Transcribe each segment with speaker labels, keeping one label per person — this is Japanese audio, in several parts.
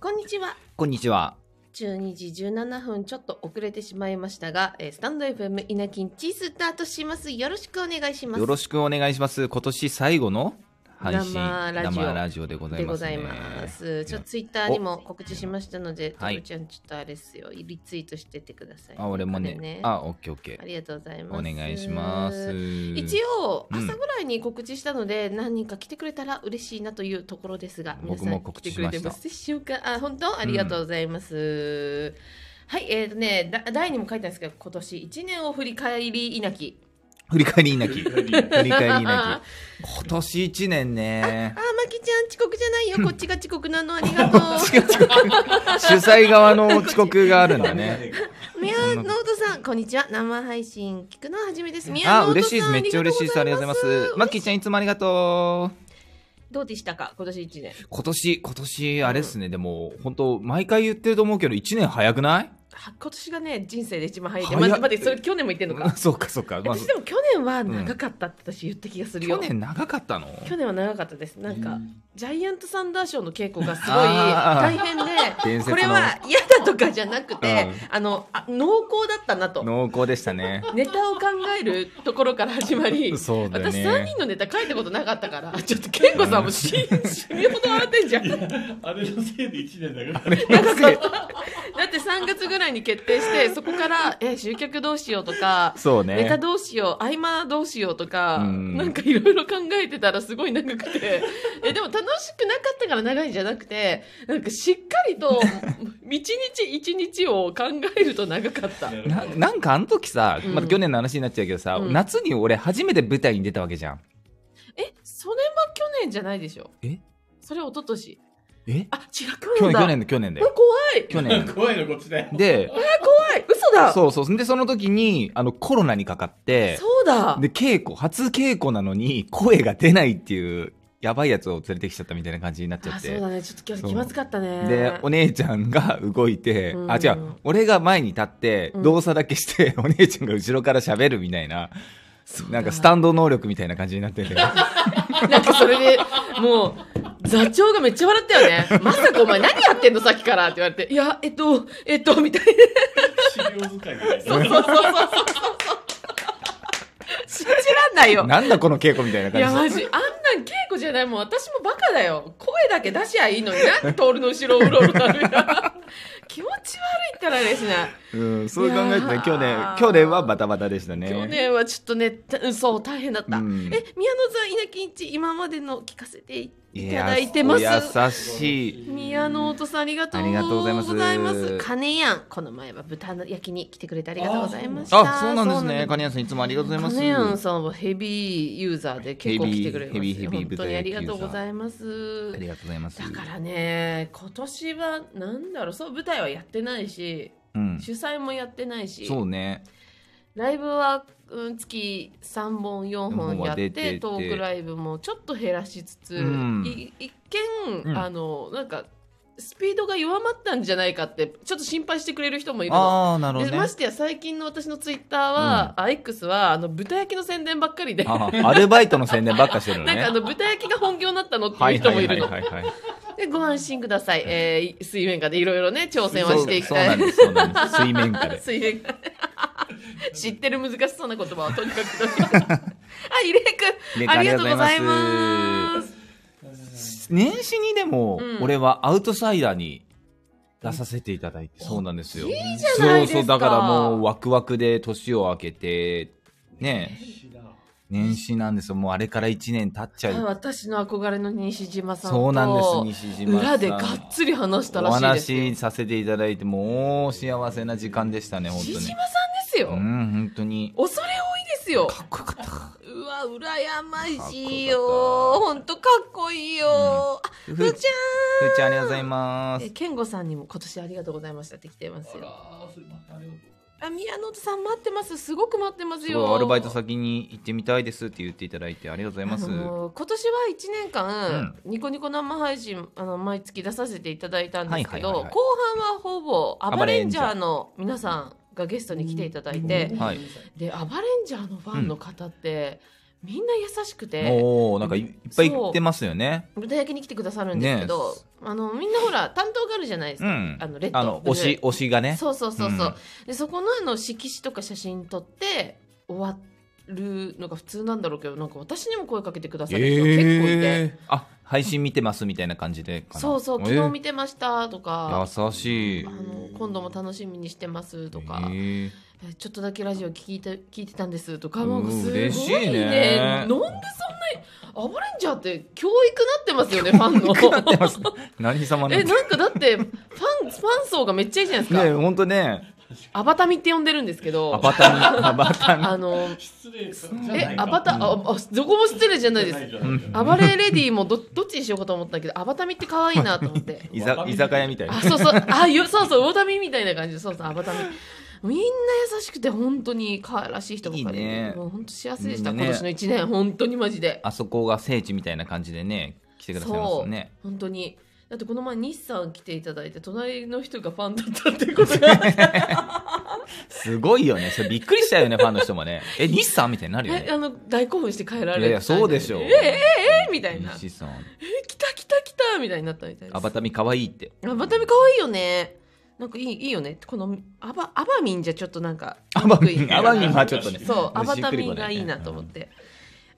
Speaker 1: こんにちは。
Speaker 2: こんにちは。
Speaker 1: 12時17分ちょっと遅れてしまいましたが、えースタンド FM 稲金チスタートします。よろしくお願いします。
Speaker 2: よろしくお願いします。今年最後の配信
Speaker 1: 生ラジオ
Speaker 2: 生ラジオでござい
Speaker 1: でご
Speaker 2: ます、
Speaker 1: ざ
Speaker 2: ね。
Speaker 1: います。ちょっとツイッターにも告知しましたので、ト
Speaker 2: はい
Speaker 1: ムちゃんちょっとあれですよ、リツイートしてってください、
Speaker 2: あ、俺も
Speaker 1: あ
Speaker 2: ね
Speaker 1: れ。あ
Speaker 2: あ、オッケーオッケー。
Speaker 1: りがとうございます。
Speaker 2: お願いします。。
Speaker 1: 一応、
Speaker 2: うん
Speaker 1: 朝ぐらいに告知したので、何人か来てくれたら嬉しいなというところですが、皆
Speaker 2: 僕
Speaker 1: さん
Speaker 2: も
Speaker 1: 来
Speaker 2: 告
Speaker 1: て
Speaker 2: 知
Speaker 1: く
Speaker 2: し
Speaker 1: れ
Speaker 2: ま
Speaker 1: て
Speaker 2: した
Speaker 1: ますでしょうかあ、本当ありがとうございます。はい、えっ、とね、だ第にも書いてあるんですけど、今年1年を振り返り稲き。
Speaker 2: 振り返りなき。振
Speaker 3: 振り返り
Speaker 2: り返りなき。今年一年ね
Speaker 1: あ、。まきちゃん遅刻じゃない よ。こっちが遅刻なの、ありがとう。
Speaker 2: 主催側の遅刻があるんだね。
Speaker 1: 宮ノートさん、こんにちは。生配信聞くのは初めです。宮ノート
Speaker 2: あ、
Speaker 1: さん、
Speaker 2: 嬉しいです。めっちゃ嬉しいです。ありがとうございます。マッキーちゃんいつもありがとう。
Speaker 1: どうでしたか、今年1年。
Speaker 2: 今年、今年、あれですね。でも、本当毎回言ってると思うけど、一年早くない
Speaker 1: は今年がね、人生で一番早いって。
Speaker 2: 早
Speaker 1: 待
Speaker 2: っ
Speaker 1: って、待って、それ去年も言ってんのか。
Speaker 2: そうか、そうか。まあ
Speaker 1: 私でも去年は長かったって私言った気がするよ、
Speaker 2: 去年長かったの
Speaker 1: 去年は長かったですなんか、ジャイアントサンダーショーの稽古がすごい
Speaker 2: あー
Speaker 1: 大変
Speaker 2: 伝
Speaker 1: で
Speaker 2: 説
Speaker 1: こ
Speaker 2: の
Speaker 1: れは嫌だとかじゃなくて、
Speaker 2: うん
Speaker 1: あのあ濃厚だったなと
Speaker 2: 濃厚でしたね。
Speaker 1: ネタを考えるところから始まり、
Speaker 2: そうだ
Speaker 1: 私
Speaker 2: ね
Speaker 1: 3人のネタ書いたことなかったからちょっと稽古さんも死ん死ぬほど笑ってん じゃんだ
Speaker 3: あれのせいで一年だから。
Speaker 1: って3月ぐらいに決定してそこからえ集客どうしようとか
Speaker 2: そう
Speaker 1: ネタ
Speaker 2: ね。
Speaker 1: どうしよう合間どうしようとか、
Speaker 2: うん
Speaker 1: なんかいろいろ考えてたらすごい長く てえでも楽しくなかったから長いんじゃなくてなんかしっかり と一日一日を考えると長かった
Speaker 3: なる
Speaker 2: な
Speaker 3: ほど
Speaker 2: なんかあの時さ、
Speaker 1: うん
Speaker 2: また去年の話になっちゃうけどさ、
Speaker 1: うん
Speaker 2: 夏に俺初めて舞台に出たわけじゃん。
Speaker 1: えそれは去年じゃないでしょ
Speaker 2: え
Speaker 1: それ一昨年
Speaker 2: え
Speaker 1: あ違
Speaker 2: 去
Speaker 1: うん
Speaker 2: 年、
Speaker 1: だ
Speaker 2: 去年だ、去年だ
Speaker 1: あ
Speaker 2: よ。
Speaker 1: 怖い
Speaker 2: 去年。
Speaker 3: 怖いのこっちだよ。
Speaker 2: で、
Speaker 1: 怖い嘘だそう
Speaker 2: そうそう。で、その時に、あの、コロナにかかって、
Speaker 1: だ
Speaker 2: で、稽古、初稽古なのに、声が出ないっていう、やばいやつを連れてきちゃったみたいな感じになっちゃ
Speaker 1: あ
Speaker 2: っ
Speaker 1: そう
Speaker 2: て。
Speaker 1: だねちょっと気
Speaker 2: そう
Speaker 1: 気まずかったね
Speaker 2: で、お姉ちゃんが動いて、
Speaker 1: うん
Speaker 2: あ、違う、俺が前に立って、
Speaker 1: うん
Speaker 2: 動作だけして、 お姉ちゃんが後ろから喋るみたいな、
Speaker 1: そうだ
Speaker 2: なんかスタンド能力みたいな感じになっ てて。
Speaker 1: なんかそれで、もう、座長がめっちゃ笑ったよね。まさかお前何やってんのさっきからって言われて。いや、えっと、えっと、みたい
Speaker 3: 資料使いみたいな。
Speaker 1: な。そうそうそうそうそうそう。信じらんないよ。
Speaker 2: なんだこの稽古みたいない
Speaker 1: や、
Speaker 2: 感
Speaker 1: マ
Speaker 2: じ
Speaker 1: ジ。あんなん稽古じゃない。もう私もバカだよ。声だけ出しゃいいのに、なんで徹の後ろをうろうろなる 気持ち悪いったらですね。
Speaker 2: うん、そう考えて
Speaker 1: いや
Speaker 2: ね
Speaker 1: ー
Speaker 2: 去年去年はバタバタでしたね
Speaker 1: 去年はちょっとね、たうんそう、大変だった。
Speaker 2: う
Speaker 1: え、宮
Speaker 2: ん
Speaker 1: 野さん、稲城一、今までの聞かせていただいてます。
Speaker 2: やお優しい
Speaker 1: 宮野音さんありがとう
Speaker 2: ありがとうございます
Speaker 1: 金やんこの前は豚の焼きに来てくれてありがとうございました
Speaker 2: あそうなんですね金谷さんいつもありがとうございます
Speaker 1: 金やんさんはヘビーユーザーで結構来てくれます
Speaker 2: ヘビーヘビーヘビー
Speaker 1: 本当にありがとうございま
Speaker 2: あ
Speaker 1: す
Speaker 2: りがとうございます
Speaker 1: だからね今年はなんだろうそう舞台はやってないし
Speaker 2: うん
Speaker 1: 主催もやってないし
Speaker 2: そうね
Speaker 1: ライブは、うん、月3本4本やっ
Speaker 2: 四本は出
Speaker 1: て
Speaker 2: てて
Speaker 1: トークライブもちょっと減らしつつ、
Speaker 2: うん
Speaker 1: い一見、
Speaker 2: うん
Speaker 1: あのなんかスピードが弱まったんじゃないかってちょっと心配してくれる人もいるの。
Speaker 2: ああなるほど
Speaker 1: で
Speaker 2: ね
Speaker 1: ましてや最近の私のツイッターは、あ X はあの豚焼きの宣伝ばっかりで、
Speaker 2: あーアルバイトの宣伝ばっかしてる の
Speaker 1: なんかあ
Speaker 2: ね
Speaker 1: の豚焼きが本業になったのって
Speaker 2: は
Speaker 1: いう
Speaker 2: い
Speaker 1: 人
Speaker 2: は
Speaker 1: もい
Speaker 2: いは
Speaker 1: る
Speaker 2: い
Speaker 1: の。
Speaker 2: はいはい
Speaker 1: でご安心ください、えー水面下でいろいろね挑戦はしていき
Speaker 2: そう
Speaker 1: た
Speaker 2: ないん。ですそうなんです水面 下で
Speaker 1: 水泳が知ってる難しそうな言葉をとにかくとにかくあ入江
Speaker 2: 入江
Speaker 1: 君
Speaker 2: 君
Speaker 1: ありがとうございます
Speaker 2: 年始にでも
Speaker 1: うん
Speaker 2: 俺はアウトサイダーに出させていただいてそうなんですよいいじ
Speaker 1: ゃないですか
Speaker 2: そうそうだからもうワクワクで年を明けてね年始なんですよ。もうあれから1年経っちゃう。
Speaker 1: 私の憧れの西島さんと
Speaker 2: そうなんです、西島さん。
Speaker 1: 裏でがっつり話した
Speaker 2: お
Speaker 1: らしいですよ
Speaker 2: 話しさせていただいて、もう幸せな時間でしたね、本当
Speaker 1: 西
Speaker 2: に。
Speaker 1: 島さんですよ、
Speaker 2: うん、本当に。
Speaker 1: 恐れ多いですよ
Speaker 2: かっこよかった。
Speaker 1: うわ羨ましい
Speaker 2: かっ
Speaker 1: よ
Speaker 2: こよ
Speaker 1: ほんとかっこいいよ、
Speaker 2: うん
Speaker 1: あ
Speaker 2: ふ
Speaker 1: ふー
Speaker 2: ー
Speaker 1: ち
Speaker 2: ふーちゃん、ありがとうございま
Speaker 1: ゃんえ
Speaker 2: す。
Speaker 1: 健吾さんにも今年ありがとうございましたって来てますよ
Speaker 3: あーすいませんありがとう
Speaker 1: あ宮野さん待ってますすごく待ってます
Speaker 2: す
Speaker 1: よ
Speaker 2: ごい、アルバイト先に行ってみたいですって言っていただいて、ありがとうござい
Speaker 1: あ
Speaker 2: ま
Speaker 1: の今年は1年間、ニコニコ生配信あの毎月出させていただいたんですけど、
Speaker 2: はいはいはいはい
Speaker 1: 後半はほぼ「アバ
Speaker 2: 暴
Speaker 1: レ
Speaker 2: れ
Speaker 1: ン
Speaker 2: ん
Speaker 1: ジ
Speaker 2: じ
Speaker 1: ャ
Speaker 2: ゃ
Speaker 1: ー」の皆さんがゲストに来ていただいて、
Speaker 2: はい
Speaker 1: で「アバレンジャー」のファンの方って、みんな優しくて
Speaker 2: おおなんかいいっぱい行ってますよね
Speaker 1: 豚焼きに来てくださるんですけど、
Speaker 2: ね
Speaker 1: あのみんなほら担当があるじゃないです
Speaker 2: う
Speaker 1: か、
Speaker 2: ん
Speaker 1: あのレッド
Speaker 2: あの
Speaker 1: ブルー
Speaker 2: 推し推しがね
Speaker 1: そうそうそうそう、
Speaker 2: うん
Speaker 1: でそこのあの色紙とか写真撮って終わるのが普通なんだろうけどなんか私にも声かけてくださる人が結構いて、
Speaker 2: えー、あ配信見てますみたいな感じでかな
Speaker 1: そうそう昨日見てましたとか、
Speaker 2: えー優しい
Speaker 1: あの今度も楽しみにしてますとか、
Speaker 2: えー
Speaker 1: えちょっとだけラジオ聞いて聞いてたんですとか
Speaker 2: うん
Speaker 1: もうすごいね
Speaker 2: 嬉しいね
Speaker 1: なんでそんなに暴れんじゃって教育なってます よねファンの
Speaker 2: やってますね何様な ん
Speaker 1: え
Speaker 2: だね
Speaker 1: なんかだってファンファン層がめっちゃいいじゃないですか、
Speaker 2: 本当ね
Speaker 1: アバタミって呼んでるんですけ
Speaker 2: ア
Speaker 1: ど
Speaker 2: バター アバター
Speaker 1: あの
Speaker 3: 失礼じゃないか
Speaker 1: えアバタ、
Speaker 2: うん
Speaker 1: ああどこも失礼じゃないです
Speaker 3: じゃないじゃな
Speaker 1: 暴
Speaker 3: い
Speaker 1: れレディもどどっちにしようかと思ったけどアバタミって可愛いなと思 って
Speaker 2: 居酒居酒屋みたいな
Speaker 1: あそうそうあよそうそう魚民みたいな感じでそうそうアバタミみんな優しくて本当に可愛らしい人ばっかりで
Speaker 2: いいね
Speaker 1: もう本当幸せでした、
Speaker 2: うんね
Speaker 1: 今年の1年本当にマジで
Speaker 2: あそこが聖地みたいな感じでね来てくださいますよね
Speaker 1: 本当にだってこの前日産来ていただいて隣の人がファンだったっていうこと があって
Speaker 2: すごいよねそれびっくりし たよねファンの人もねえ日産みたいになるよ
Speaker 1: え
Speaker 2: ね
Speaker 1: あの大興奮して帰られ
Speaker 2: い
Speaker 1: て
Speaker 2: やいやそうでしょう
Speaker 1: ええええみたいな
Speaker 2: 日産
Speaker 1: え来た来た来たみたいになったみたいです
Speaker 2: アバタミ可愛いって
Speaker 1: アバタミ可愛いよね。なんかいいいいよね。このアバアバミンじゃちょっとなんか
Speaker 2: アバ
Speaker 1: 言い
Speaker 2: ミ
Speaker 1: にくい
Speaker 2: ン
Speaker 1: から
Speaker 2: アバミンはちょっとね
Speaker 1: そうアバ
Speaker 2: しっ
Speaker 1: タ
Speaker 2: くり
Speaker 1: ミ
Speaker 2: こ
Speaker 1: ンがいいなと思って。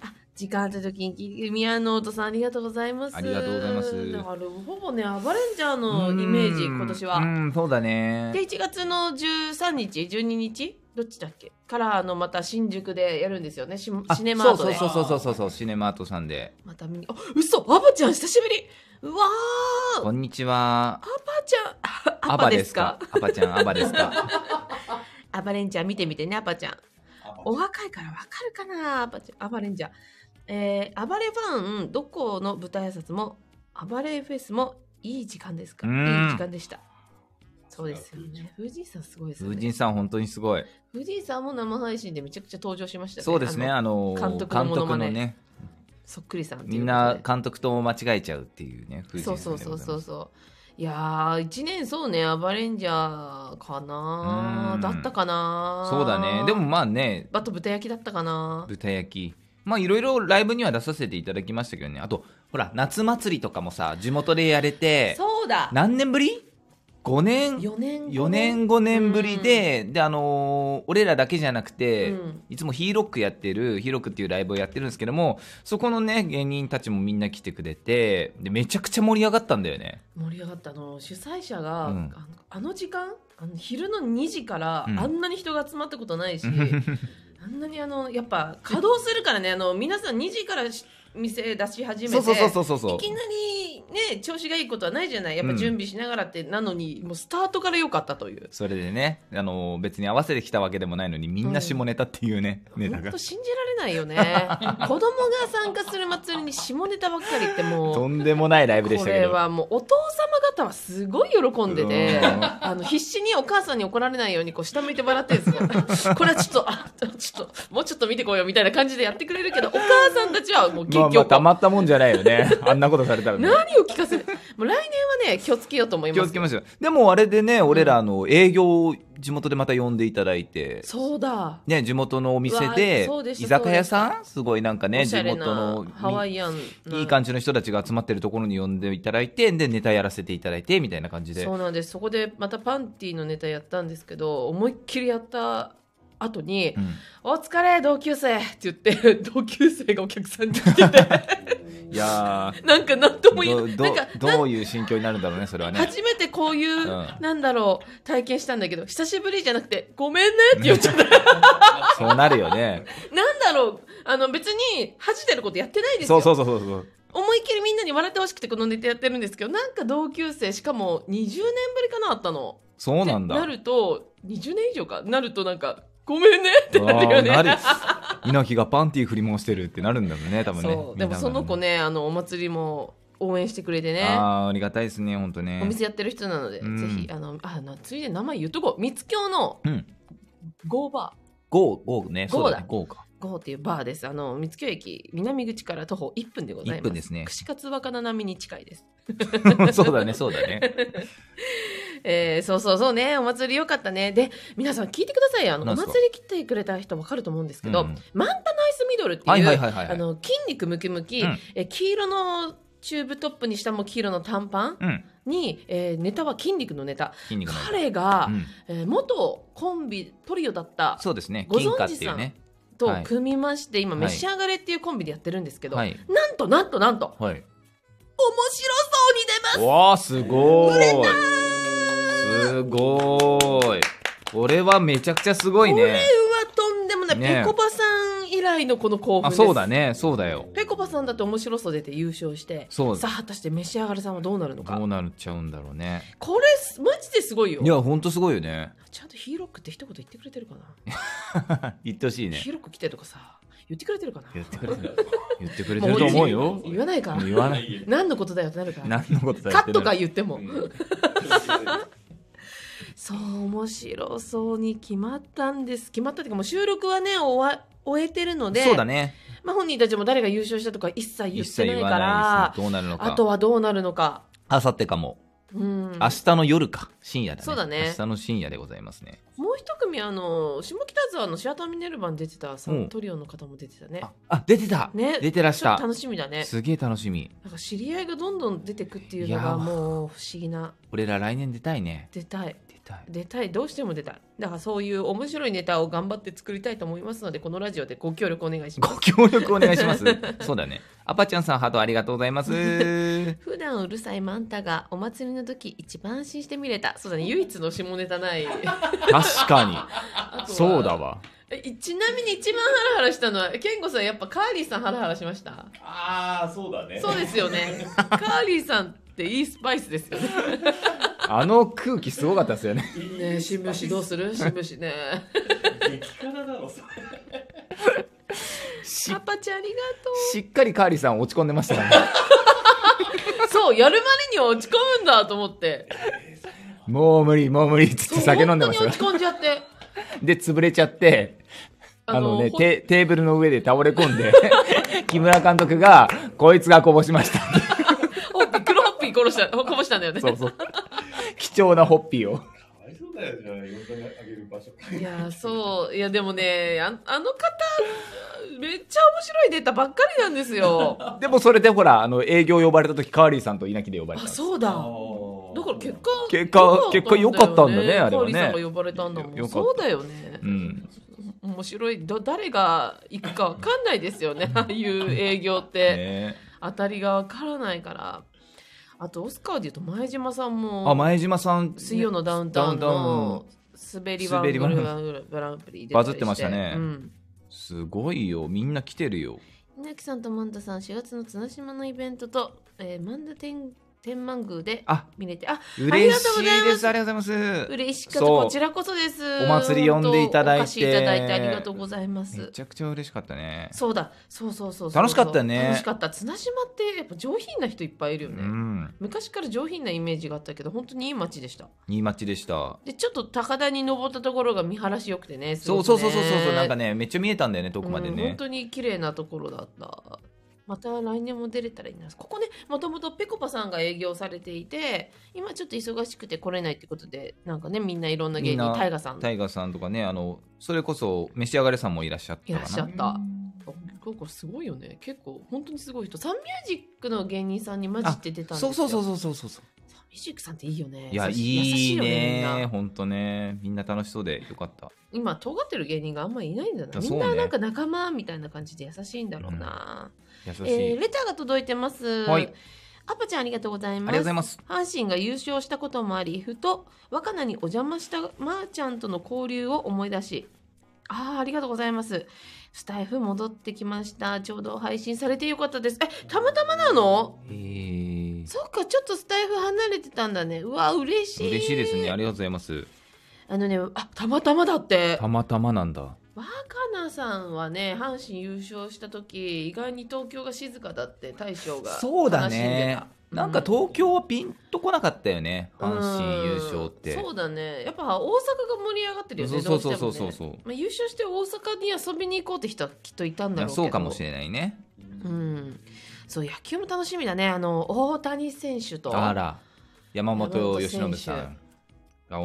Speaker 1: あ時間あった時に聞いて宮野音さんありがとうございます。
Speaker 2: ありがとうございます
Speaker 1: だからほぼねアバレンジャー
Speaker 2: うん
Speaker 1: のイメージ今年
Speaker 2: う
Speaker 1: は。
Speaker 2: んそうだ
Speaker 1: で
Speaker 2: ね
Speaker 1: 1月の13日12日どっちだっけからあのまた新宿でやるんですよねシ
Speaker 2: あ
Speaker 1: シネマートで。
Speaker 2: そうそうそうそうそうそうシネマートさんで
Speaker 1: また見にあ嘘アバちゃん久しぶり。うわー
Speaker 2: こんにちは
Speaker 1: アバちゃんあア
Speaker 2: ア
Speaker 1: バ
Speaker 2: バ
Speaker 1: で
Speaker 2: ですす
Speaker 1: か
Speaker 2: かアバちゃんアバで すか
Speaker 1: アバレンジャー見てみてね、アバちゃん。
Speaker 3: アバ
Speaker 1: お若いからわかるかな、アバちゃんアバレンジャー。えー、暴れファン、どこの舞台挨拶も、暴れフェスも、いい時間ですか
Speaker 2: う
Speaker 1: いい
Speaker 2: ん
Speaker 1: 時間でした。そうですよね。藤井さんすごいですよ
Speaker 2: 風神
Speaker 1: ね。
Speaker 2: さん本当にすごい
Speaker 1: 藤井さんも生配信でめちゃくちゃ登場しましたね。
Speaker 2: そうですね
Speaker 1: あの。
Speaker 2: あ
Speaker 1: 監
Speaker 2: の監
Speaker 1: 督のモノ
Speaker 2: 督
Speaker 1: マネ
Speaker 2: のね
Speaker 1: そっくりさんって
Speaker 2: み
Speaker 1: いうん
Speaker 2: な監督と間違えちゃうっていうね風神さ
Speaker 1: そ
Speaker 2: ん
Speaker 1: う
Speaker 2: で
Speaker 1: そう
Speaker 2: ござい
Speaker 1: そ
Speaker 2: ま
Speaker 1: う
Speaker 2: す
Speaker 1: そうそう。いやー、1年そうね、アバレンジャーかな
Speaker 2: うん
Speaker 1: だったかな
Speaker 2: そうだねでも、まあね
Speaker 1: あと豚焼きだったかな
Speaker 2: 豚焼きまあいろいろライブには出させていただきましたけどねあとほら夏祭りとかもさ地元でやれて
Speaker 1: そうだ
Speaker 2: 何年ぶり ?5 年
Speaker 1: 4年
Speaker 2: 4年5年ぶりで、であのー俺らだけじゃなくて、
Speaker 1: うん
Speaker 2: いつもヒーロックやってるヒーロックっていうライブをやってるんですけどもそこのね芸人たちもみんな来てくれてでめちゃくちゃ盛り上がったんだよね
Speaker 1: 盛り上がったあの主催者が、
Speaker 2: うん
Speaker 1: あのあの時間あの昼の2時から、
Speaker 2: うん
Speaker 1: あんなに人が集まったこと ないしあんなにあのやっぱ稼働するからねあの皆さん2時からし店出し始めて
Speaker 2: そうそうそうそうそうそう
Speaker 1: いきなりね調子がいいことはないじゃないやっぱ
Speaker 2: うん
Speaker 1: 準備しながらって、なのにもうスタートから良かったという
Speaker 2: それでね、あの別に合わせてきたわけでもないのにみんな下ネタっていうね、ネタ
Speaker 1: 本
Speaker 2: が
Speaker 1: 当信じられないよ ね子供が参加する祭りに下ネタばっかりってもう
Speaker 2: とんでもないライブでし
Speaker 1: こ
Speaker 2: たけ
Speaker 1: れ
Speaker 2: ど
Speaker 1: はもうお父様方はすごい喜んでて
Speaker 2: うん
Speaker 1: あの必死にお母さんに怒られないようにこう下向いて笑ってるんですよ これはちょっとあちょっともうちょっと見てこいよみたいな感じでやってくれるけどお母さんたちはもう結
Speaker 2: まあ、まあ
Speaker 1: 局、
Speaker 2: たまったもんじゃないよね あんなことされたらね
Speaker 1: 何を聞かせるもう来年はね気をつけようと思い
Speaker 2: 気
Speaker 1: ま
Speaker 2: を
Speaker 1: す
Speaker 2: つけましょうでもあれでね俺らあの営業を地元でまた呼んでいただいて、
Speaker 1: そうだ、
Speaker 2: ね、地元のお店
Speaker 1: うわ
Speaker 2: で
Speaker 1: そうでし
Speaker 2: 居
Speaker 1: た
Speaker 2: 酒屋さんすごいなんかね
Speaker 1: おし
Speaker 2: 地
Speaker 1: ゃれな
Speaker 2: 元の
Speaker 1: ハワイアンない
Speaker 2: い感じの人たちが集まってるところに呼んでいただいてでネタやらせていただいてみたいな感じで
Speaker 1: そうなんですそこでまたパンティーのネタやったんですけど思いっきりやった後に、
Speaker 2: うん
Speaker 1: お疲れ同級生って言って 同級生がお客さんに来てて
Speaker 2: いや ー
Speaker 1: なんか何とも言えない。
Speaker 2: ど
Speaker 1: なん
Speaker 2: ど
Speaker 1: か、
Speaker 2: どういう心境になるんだろうねそれはね
Speaker 1: 初めてこういう、
Speaker 2: ん
Speaker 1: なんだろう、体験したんだけど、久しぶりじゃなくて、ごめんねって言っちゃった。
Speaker 2: そうなるよね。
Speaker 1: なんだろう、あの別に恥じてることやってないです
Speaker 2: そ
Speaker 1: よ。
Speaker 2: うそうそうそうそう。
Speaker 1: 思いっきりみんなに笑ってほしくてこのネタやってるんですけど、なんか同級生、しかも20年ぶりかなあったの。
Speaker 2: そうなんだ。
Speaker 1: ってなると、20年以上かなるとなんか、ごめんねってなってるよね。
Speaker 2: あーなる。稲木がパンティー振り回してるってなるんだろうね、多分ね。
Speaker 1: そう。でもその子ね、あの、お祭りも応援してくれて
Speaker 2: 見
Speaker 1: ね。
Speaker 2: ながらね。ああ、ありがたいですね、本当ね。
Speaker 1: お店やってる人なので、
Speaker 2: うん
Speaker 1: ぜひあのあなついで名前言っとこう三つ京の
Speaker 2: うん
Speaker 1: ゴーバ
Speaker 2: ゴー、ゴーね。
Speaker 1: ゴーだ
Speaker 2: そうねゴーか。
Speaker 1: ーゴーっていうバーですあの三つ京駅南口から徒歩1分でございます
Speaker 2: 1分です ね
Speaker 1: 串カツ若菜並みに近いです
Speaker 2: そうだね、そうだね。
Speaker 1: えーそうそうそうね、お祭りよかったね。で、皆さん聞いてくださいよ。あの、
Speaker 2: な
Speaker 1: お
Speaker 2: んすか
Speaker 1: 祭り来てくれた人わかると思うんですけど、
Speaker 2: うん
Speaker 1: マンタナイスミドルっていう、
Speaker 2: はいはいはいはいはい
Speaker 1: あの、筋肉ムキムキ、
Speaker 2: うん
Speaker 1: えー黄色のチューブトップにしたも黄色の短パン
Speaker 2: うん。
Speaker 1: に、えーネタは筋肉のネタ。
Speaker 2: 筋肉の間。
Speaker 1: 彼が、
Speaker 2: うん
Speaker 1: えー元コンビ、トリオだった
Speaker 2: そうですね。
Speaker 1: ご
Speaker 2: 金
Speaker 1: 存
Speaker 2: 貨っ
Speaker 1: 知
Speaker 2: てい
Speaker 1: さん
Speaker 2: うね。
Speaker 1: と
Speaker 2: はい
Speaker 1: 組みまして、今、
Speaker 2: はい
Speaker 1: 召し上がれっていうコンビでやってるんですけど、
Speaker 2: はい。
Speaker 1: なんとなんとなんと、面
Speaker 2: はい。
Speaker 1: 白そうに出ます
Speaker 2: わあ、すごーい。すごーい。これはめちゃくちゃすごい
Speaker 1: これは
Speaker 2: ね。
Speaker 1: とんでもない、
Speaker 2: ね
Speaker 1: ペコパさん以来のこの興奮
Speaker 2: あ、
Speaker 1: です
Speaker 2: そうだね。そうだよ。
Speaker 1: ペコパさんだって面白さ出て優勝して
Speaker 2: そう
Speaker 1: さあ果たして召し上がれさんはどうなるのか
Speaker 2: どうなっちゃうんだろうね。
Speaker 1: これすマジですごいよ
Speaker 2: いや、ほんとすごいよね。
Speaker 1: ちゃんとヒーロックって一言言ってくれてるかな、
Speaker 2: 言ってほしいね。
Speaker 1: ヒーロック来てとかさ言ってくれてるかな
Speaker 2: 言ってくれてる。言ってくれてると思うよ。
Speaker 1: 言わないか
Speaker 2: 言わない。
Speaker 3: い
Speaker 1: 何のことだよってなるから
Speaker 2: 何のことだ
Speaker 1: カットか
Speaker 2: 言っ
Speaker 1: 言っても、
Speaker 3: うん
Speaker 1: そう面白そうに決まったんです決まったっていうかもう収録はね終わ終えてるので
Speaker 2: てないそうだね。
Speaker 1: まあ、本人たちも誰が優勝したとか一切言っ
Speaker 2: 一
Speaker 1: て
Speaker 2: 切
Speaker 1: ない
Speaker 2: 言
Speaker 1: から
Speaker 2: わないですね。どうなるのか。
Speaker 1: あとはどうなるのか
Speaker 2: あさってかも。
Speaker 1: うん
Speaker 2: 明日の夜か。深夜だね。
Speaker 1: そうだね
Speaker 2: 明日の深夜でございますね。
Speaker 1: もう一組あの下北沢のシアターミネルバに出てたさ
Speaker 2: うん
Speaker 1: トリオの方も出てたね
Speaker 2: あ、あ出てた
Speaker 1: ね
Speaker 2: 出てらし
Speaker 1: ちょったと。楽しみだね
Speaker 2: すげえ楽しみ。
Speaker 1: なんか知り合いがどんどん出てくっていうの
Speaker 2: いや
Speaker 1: が
Speaker 2: ー
Speaker 1: もう不思議な
Speaker 2: 俺ら来年出たいね。
Speaker 1: 出たい
Speaker 2: 出たい。
Speaker 1: 出たいどうしても出たいだからそういう面白いネタを頑張って作りたいと思いますのでこのラジオでご協力お願いします
Speaker 2: ご協力お願いし ます。そうだね。アパちゃんさんハートありがとうございます。
Speaker 1: 普段うるさいマンタがお祭りの時一番安心して見れたそうだね唯一の下ネタない
Speaker 2: 確かに。
Speaker 1: あとは
Speaker 2: そうだわ。
Speaker 1: えちなみに一番ハラハラしたのは健吾さんやっぱカーリーさんハラハラしました
Speaker 3: ああ、そうだね。
Speaker 1: そうですよ ね。カーリーさんっていいスパイスですよね。
Speaker 2: あの空気すごかったですよね。
Speaker 3: いい
Speaker 1: ねえ新聞紙どうする新聞紙 ね。
Speaker 3: 激辛だろ、それ。
Speaker 2: し
Speaker 1: パパちゃんありが
Speaker 2: しっかりカーリーさん落ち込んでました ね。
Speaker 1: とう。そう、やるまでには落ち込むんだと思って。
Speaker 2: もう無理、もう無理っつっ
Speaker 1: そう
Speaker 2: て酒飲んでま
Speaker 1: 本当
Speaker 2: した
Speaker 1: に
Speaker 2: よ
Speaker 1: 落ち込んじゃって。
Speaker 2: で、潰れちゃって、あのね、
Speaker 1: ほ
Speaker 2: テテーブルの上で倒れ込んで、 木村監督が、こいつがこぼしました。
Speaker 1: ホッピー、黒ホッピー殺した、こぼしたんだよね。
Speaker 2: そうそう。貴重なホッピーを。
Speaker 3: かわいそうだよ、じゃあ、呼んであげる場所。
Speaker 1: いやー、そう。いや、でもね、ああの方、めっちゃ面白いデータばっかりなんですよ。
Speaker 2: でもそれでほら、あの、営業呼ばれた時、カーリーさんと稲木で呼ばれた
Speaker 1: あ、
Speaker 2: んです。
Speaker 1: そう
Speaker 3: あ
Speaker 1: だ。
Speaker 3: ー
Speaker 1: だから結果、
Speaker 2: 結果結果良かったんだねあれは
Speaker 1: カー
Speaker 2: ね
Speaker 1: リーさんが呼ばれたんだも
Speaker 2: よ
Speaker 1: ん。
Speaker 2: かった
Speaker 1: そうだよね。
Speaker 2: うん。
Speaker 1: 面白いど誰が行くか分かんないですよね ああいう営業って、
Speaker 2: ね
Speaker 1: 当たりが分からないからあとオスカーでいうと前島さん
Speaker 2: あ、
Speaker 1: も
Speaker 2: 前島さん、
Speaker 1: 「水曜のダウンタウン」
Speaker 2: ダウンタウン
Speaker 1: の滑りワングル
Speaker 2: 滑り
Speaker 1: グランプリ出りして
Speaker 2: バズってましたね
Speaker 1: うん
Speaker 2: すごいよ。みんな来てるよ。
Speaker 1: 稲木さんとマンタさん4月の綱島のイベントと、えーマンダ天天満宮で
Speaker 2: あ、
Speaker 1: 見れてあ
Speaker 2: 嬉し
Speaker 1: あ
Speaker 2: い
Speaker 1: りがとうございま
Speaker 2: ですす。ありがとうございます。
Speaker 1: 嬉しかった
Speaker 2: そう
Speaker 1: こちらこそです
Speaker 2: お祭り呼んでいただ
Speaker 1: 本当お
Speaker 2: いて
Speaker 1: 越しいただいてありがとうございま
Speaker 2: め
Speaker 1: す
Speaker 2: ちゃくちゃ嬉しかったね。
Speaker 1: そうだ、そうそうそうそう
Speaker 2: 楽しかったね
Speaker 1: 楽しかった。綱島ってやっぱ上品な人いっぱいいるよ
Speaker 2: う
Speaker 1: ね。
Speaker 2: ん。
Speaker 1: 昔から上品なイメージがあったけど、本当にいい街でした。
Speaker 2: いい街でした。
Speaker 1: で、ちょっと高田に登ったところが見晴らし良くてね。す
Speaker 2: そ
Speaker 1: ご
Speaker 2: う
Speaker 1: く
Speaker 2: そう
Speaker 1: ね
Speaker 2: そうそうそう、なんかね、めっちゃ見えたんだよね、遠くまで
Speaker 1: うん本
Speaker 2: ね。
Speaker 1: 当に綺麗なところだった。また来年も出れたらいいな。ここね、もともとペコパさんが営業されていて、今ちょっと忙しくて来れないってことで、なんかね、みんないろんな芸
Speaker 2: みん
Speaker 1: 人、
Speaker 2: な
Speaker 1: タイガさん
Speaker 2: タイガーさんとかね、あの、それこそ、召し上がれさんもいらっしゃったか
Speaker 1: い
Speaker 2: な。
Speaker 1: らっしゃった。なんかすごいよね。結構、本当にすごい人。サンミュージックの芸人さんに混じって出たんです
Speaker 2: そ
Speaker 1: よ。
Speaker 2: うそうそうそうそうそうそう。
Speaker 1: サンミュージックさんっていいよね。
Speaker 2: いや、
Speaker 1: 優
Speaker 2: い
Speaker 1: し優し
Speaker 2: い
Speaker 1: よね
Speaker 2: ね
Speaker 1: みんな。
Speaker 2: ほんとね。みんな楽しそうでよかった。
Speaker 1: 今、尖ってる芸人があんまりいないんだな。
Speaker 2: あ
Speaker 1: み
Speaker 2: そ
Speaker 1: ん
Speaker 2: うね
Speaker 1: ななんか仲間みたいな感じで優しいんだろうな。
Speaker 2: 優しい。
Speaker 1: えーレターが届いてます。
Speaker 2: はい
Speaker 1: アパちゃんありがとうござい
Speaker 2: あ
Speaker 1: ま
Speaker 2: りがとうご
Speaker 1: す
Speaker 2: ざい。ます。
Speaker 1: 阪神が優勝したこともありふと若菜にお邪魔したまーちゃんとの交流を思い出しあーありがとうございますスタイフ戻ってきましたちょうど配信されてよかったですえたまたまなの
Speaker 2: えー
Speaker 1: そっかちょっとスタイフ離れてたんだねうわ嬉しい
Speaker 2: 嬉しいですね。ありがとうございます。
Speaker 1: あのねあたまたまだって
Speaker 2: たまたまなんだ。
Speaker 1: 若菜さんはね阪神優勝した時意外に東京が静かだって大将が
Speaker 2: そうだ
Speaker 1: 悲しんで
Speaker 2: ね
Speaker 1: た。
Speaker 2: なんか東京はピンとこなかったよね。阪神優勝って
Speaker 1: うん。そうだねやっぱ大阪が盛り上がってるよね
Speaker 2: そう
Speaker 1: ど
Speaker 2: そうう
Speaker 1: しても
Speaker 2: そう
Speaker 1: ね
Speaker 2: そうそう
Speaker 1: まあ、優勝して大阪に遊びに行こうって人はきっといたん
Speaker 2: い
Speaker 1: だろう
Speaker 2: や
Speaker 1: けど
Speaker 2: そうかもしれないね。
Speaker 1: うんそう野球も楽しみだねあの大谷選手と
Speaker 2: あら、山本由伸さ
Speaker 1: 山本
Speaker 2: ん。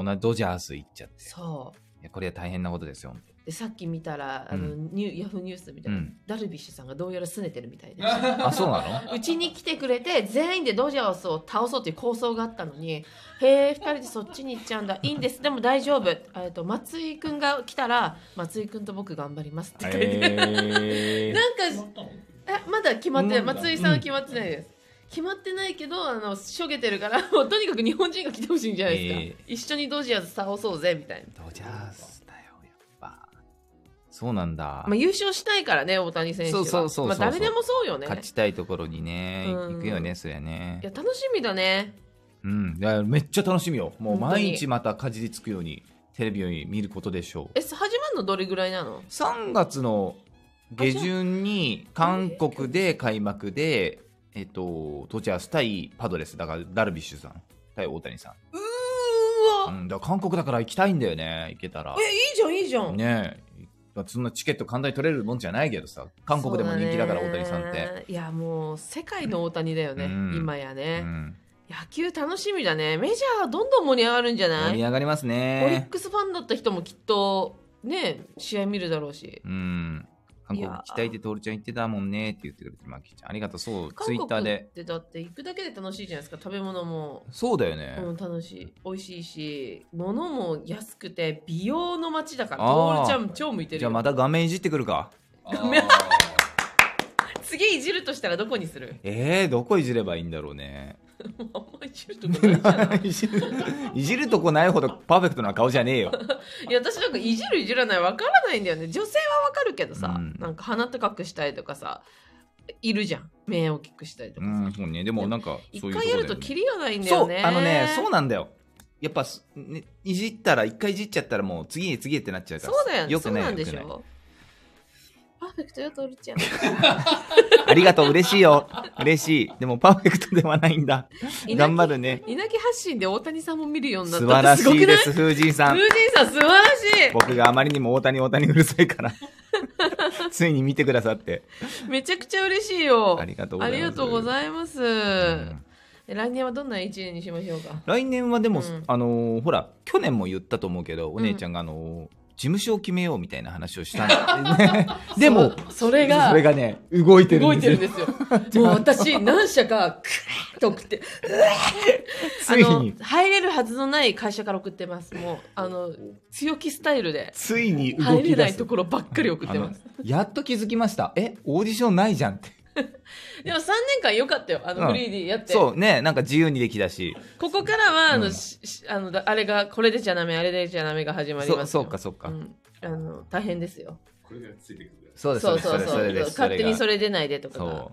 Speaker 2: だから同じドジャース行っちゃって。い
Speaker 1: そ
Speaker 2: やこれは大変なこ とですよ。
Speaker 1: うでさっき見たらあの、
Speaker 2: う
Speaker 1: ニューヤフーニュースみた
Speaker 2: う
Speaker 1: いな、
Speaker 2: ん。
Speaker 1: ダルビッシュさんがどうやら拗ねてるみたいで
Speaker 2: あ、そうな
Speaker 1: うちに来てくれて全員でドジャースを倒そうという構想があったのにへえ2人でそっちに行っちゃうんだいいんですでも大丈夫えっと松井君が来たら松井君と僕頑張りますって
Speaker 2: の
Speaker 1: 書いて、
Speaker 2: えー
Speaker 1: なんか
Speaker 3: 決まったの
Speaker 1: えまだ決まってない
Speaker 3: まだ
Speaker 1: 松井さんは決まってないです、決まってないけどあのしょげてるからもうとにかく日本人が来てほしいんじゃないですか、
Speaker 2: ええ
Speaker 1: 一緒にドジャース倒そうぜみたいな、
Speaker 2: ドジャースだよ、やっぱ。そうなんだ。
Speaker 1: まあ、優勝したいからね大谷選手は
Speaker 2: そうそうそうそう
Speaker 1: まあ、誰でもそうよね
Speaker 2: 勝ちたいところにね、
Speaker 1: うん
Speaker 2: 行くよね、そりゃね
Speaker 1: いや。楽しみだね
Speaker 2: うん。だからめっちゃ楽しみよ。もう
Speaker 1: 本当に
Speaker 2: 毎日またかじりつくように、テレビを見ることでしょう。
Speaker 1: え始まるのどれぐらいなの
Speaker 2: 3月の下旬に韓国で開幕で、えっと、ドジャース対パドレス、だからダルビッシュさん対大谷さん。
Speaker 1: うー
Speaker 2: う
Speaker 1: わ
Speaker 2: ん、だから韓国だから行きたいんだよね、行けたら。
Speaker 1: えいいじゃんいいじゃん、
Speaker 2: ねえ。まあそんなチケット簡単に取れるもんじゃないけどさ、韓国でも人気だから、
Speaker 1: そう
Speaker 2: 大
Speaker 1: ね
Speaker 2: 谷さんって。
Speaker 1: いやもう世界の大谷だよね、
Speaker 2: うん
Speaker 1: 今や
Speaker 2: う
Speaker 1: ね、
Speaker 2: ん
Speaker 1: 野球楽しみだねメジャーどんどん盛り上がるんじゃない
Speaker 2: 盛り上がります
Speaker 1: オリッ
Speaker 2: ね。
Speaker 1: クスファンだった人もきっとね試合見るだろうし
Speaker 2: うん。韓国行きたいって、トールちゃん言ってたもんねって言ってくれて、マキちゃん。ありがとう、そう、ツイッター
Speaker 1: 韓
Speaker 2: で。
Speaker 1: 国ってだって行くだけで楽しいじゃないですか食べ物も、
Speaker 2: そうだよね。
Speaker 1: うん、楽しい美味しいし物も安くて美容の街だから
Speaker 2: あー
Speaker 1: トールちゃん超向いてる
Speaker 2: じゃ
Speaker 1: よ
Speaker 2: あまた画面いじってくるか。
Speaker 1: ごめん
Speaker 3: あ
Speaker 1: 次いじるとしたらどこにする
Speaker 2: えー、どこいじればいいんだろうね。
Speaker 1: あんまいじるとこないじゃない
Speaker 2: いじるいじるとこないほどパーフェクトな顔じゃねえ よ。
Speaker 1: いや私なんかいじるいじらないわからないんだよね女性はわかるけどさ、
Speaker 2: うん
Speaker 1: なんか鼻高くしたりとかさいるじゃん目大きくしたりと
Speaker 2: う
Speaker 1: かさ
Speaker 2: ん、そうね。でもなんか、
Speaker 1: 一、
Speaker 2: そういうとこ
Speaker 1: 回
Speaker 2: だ
Speaker 1: や
Speaker 2: よ
Speaker 1: る
Speaker 2: ね
Speaker 1: とキリがないんだ
Speaker 2: そ
Speaker 1: よ
Speaker 2: う
Speaker 1: ね
Speaker 2: あのねそうなんだよやっぱす、ね、いじったら一回いじっちゃったらもう次へ次へってなっちゃうから
Speaker 1: そうだよね。
Speaker 2: よ
Speaker 1: そ
Speaker 2: く
Speaker 1: う
Speaker 2: ない
Speaker 1: なんでし
Speaker 2: よくない
Speaker 1: ょ。パーフェクトよ、トル ちゃん。
Speaker 2: ありがとう嬉しいよ嬉しいでもパーフェクトではないんだ
Speaker 1: いなき
Speaker 2: 頑張るね
Speaker 1: 稲城発信で大谷さんも見るようになっ
Speaker 2: 素
Speaker 1: た
Speaker 2: 晴
Speaker 1: っ
Speaker 2: ら
Speaker 1: て
Speaker 2: し
Speaker 1: すごくないい
Speaker 2: です風神さん
Speaker 1: 風神さん、素晴らし
Speaker 2: 僕があまりにも大谷大谷うるさ いからついに見てくださって
Speaker 1: いめちゃくちゃ嬉しいよ。
Speaker 2: ありがとうご
Speaker 1: あ
Speaker 2: ざい
Speaker 1: り
Speaker 2: ます
Speaker 1: がとうございます。
Speaker 2: うん
Speaker 1: え来年はどんな一年にしましょうか。
Speaker 2: 来年はでも、
Speaker 1: うん
Speaker 2: あのーほら去年も言ったと思うけどお姉ちゃんがあのー事務所を決めようみたいな話をしたんだよね で
Speaker 1: そ
Speaker 2: も
Speaker 1: うそれが
Speaker 2: それがね動いてる
Speaker 1: 動
Speaker 2: ん
Speaker 1: い
Speaker 2: で
Speaker 1: て
Speaker 2: す
Speaker 1: るん
Speaker 2: よ
Speaker 1: ですよ。 もう私、何社か、クーッと送って、あ
Speaker 2: つい
Speaker 1: の
Speaker 2: に、
Speaker 1: 入れるはずのない会社から送ってます。もう、あの、強気スタイルで、
Speaker 2: ついに動
Speaker 1: 入
Speaker 2: き
Speaker 1: れな
Speaker 2: 出
Speaker 1: い
Speaker 2: す
Speaker 1: ところばっかり送ってます。
Speaker 2: あのやっと気づきましたえオーディションないじゃんって
Speaker 1: でも3年間良かったよ、あ
Speaker 2: う
Speaker 1: の
Speaker 2: ん
Speaker 1: フリーディーやって。
Speaker 2: そうねなんか自由にできたし
Speaker 1: ここからは、あの、
Speaker 2: うん
Speaker 1: ししあのだあれが、これでじゃダメ、あれでじゃダメが始まります
Speaker 2: そ
Speaker 1: よ。
Speaker 2: そうかそうか、
Speaker 1: うんあの大変ですよ。
Speaker 3: これがついてくる
Speaker 2: そうですそうですそれそれです
Speaker 1: 勝手にそ
Speaker 2: れ
Speaker 1: れ出ないでと
Speaker 2: が
Speaker 1: かが。
Speaker 2: そ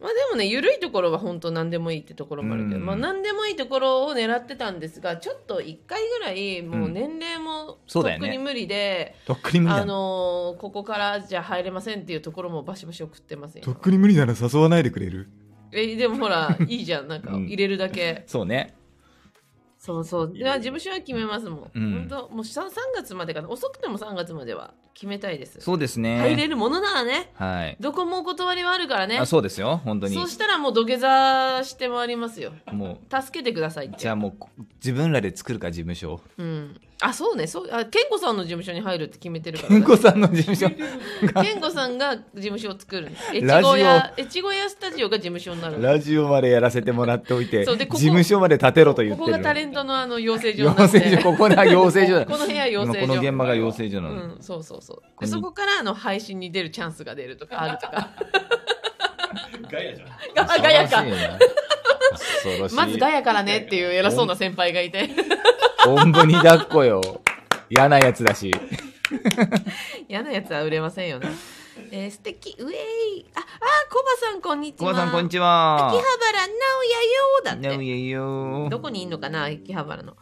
Speaker 1: まあでもね、緩いところは本当何でもいいってところもあるけど、
Speaker 2: うん
Speaker 1: まあ何でもいいところを狙ってたんですが、ちょっと1回ぐらい、もう年齢も
Speaker 2: そ
Speaker 1: と
Speaker 2: うだ
Speaker 1: っ
Speaker 2: よ
Speaker 1: く
Speaker 2: ね
Speaker 1: に無理で、
Speaker 2: うとっくに無理
Speaker 1: あ
Speaker 2: だな
Speaker 1: のーここからじゃ入れませんっていうところもバシバシ送ってますよ。
Speaker 2: とっくに無理なら誘わないでくれる
Speaker 1: えでもほ ら、いいじゃん、なんか
Speaker 2: うん
Speaker 1: 入れるだけ。
Speaker 2: そうね
Speaker 1: そうそう。いや事務所は決めますもん。
Speaker 2: うん
Speaker 1: 本当もうさ3月までかな。遅くても3月までは決めたいです。
Speaker 2: そうです
Speaker 1: 入れ
Speaker 2: ね
Speaker 1: るものならね、
Speaker 2: はい
Speaker 1: どこもお断りはあるからね。
Speaker 2: あそうですよ本当に
Speaker 1: そうしたらもう土下座して回りますよ。
Speaker 2: も
Speaker 1: 助けてくださいっ
Speaker 2: う
Speaker 1: て。
Speaker 2: じゃあもうこ自分らで作るか事務所を
Speaker 1: うん。あ、そうね。そうあ健吾さんの事務所に入るって決めてるから、
Speaker 2: 健
Speaker 1: ね。
Speaker 2: 吾さんの事務所が
Speaker 1: 健吾さんが事務所を作るの。
Speaker 2: ラ
Speaker 1: 越
Speaker 2: ジ
Speaker 1: 後
Speaker 2: オ
Speaker 1: 屋、越後屋スタジオが事務所になるの。
Speaker 2: ラジオまでやらせてもらっておいて
Speaker 1: そうでここ
Speaker 2: 事務所まで建てろと言っ
Speaker 1: こ
Speaker 2: て
Speaker 1: こ
Speaker 2: る
Speaker 1: がタ
Speaker 2: の
Speaker 1: レントのあの養成所
Speaker 2: 養
Speaker 1: になって
Speaker 2: 成所ここが養成所 だ
Speaker 1: この部屋養
Speaker 2: 今
Speaker 1: 成所。
Speaker 2: この現場が養成所なの、
Speaker 1: うん、そうそうそう。
Speaker 2: こ
Speaker 1: で
Speaker 2: んに
Speaker 1: そこからあの配信に出るチャンスが出るとかあると か。
Speaker 3: ガヤじゃん
Speaker 1: がガヤか。
Speaker 2: 恐ろしいな。
Speaker 1: まずガヤからねっていう偉そうな先輩がいて。
Speaker 2: おんぶに抱っこよ。嫌なやつだし。
Speaker 1: 嫌なやつは売れませんよね。えー、素敵うえいあ、あ、コバさんこんにち
Speaker 2: 小
Speaker 1: は。
Speaker 2: 川さん、こんに
Speaker 1: ち
Speaker 2: ちは
Speaker 1: 秋。葉原直
Speaker 2: ね
Speaker 1: 哉よ
Speaker 2: う
Speaker 1: だって。
Speaker 2: やよ
Speaker 1: どこにいんのかな秋葉原の。